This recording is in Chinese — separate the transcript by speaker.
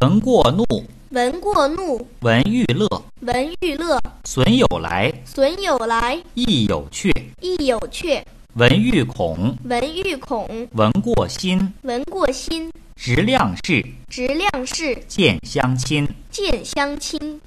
Speaker 1: 闻过怒，
Speaker 2: 闻过怒，
Speaker 1: 闻欲乐。
Speaker 2: 闻欲乐。
Speaker 1: 损有来，
Speaker 2: 损有来，
Speaker 1: 亦有去。
Speaker 2: 亦有却。
Speaker 1: 闻欲恐，
Speaker 2: 闻欲恐，
Speaker 1: 闻过心。
Speaker 2: 闻过心。
Speaker 1: 直量事，
Speaker 2: 直量事，
Speaker 1: 见相亲。
Speaker 2: 见相亲。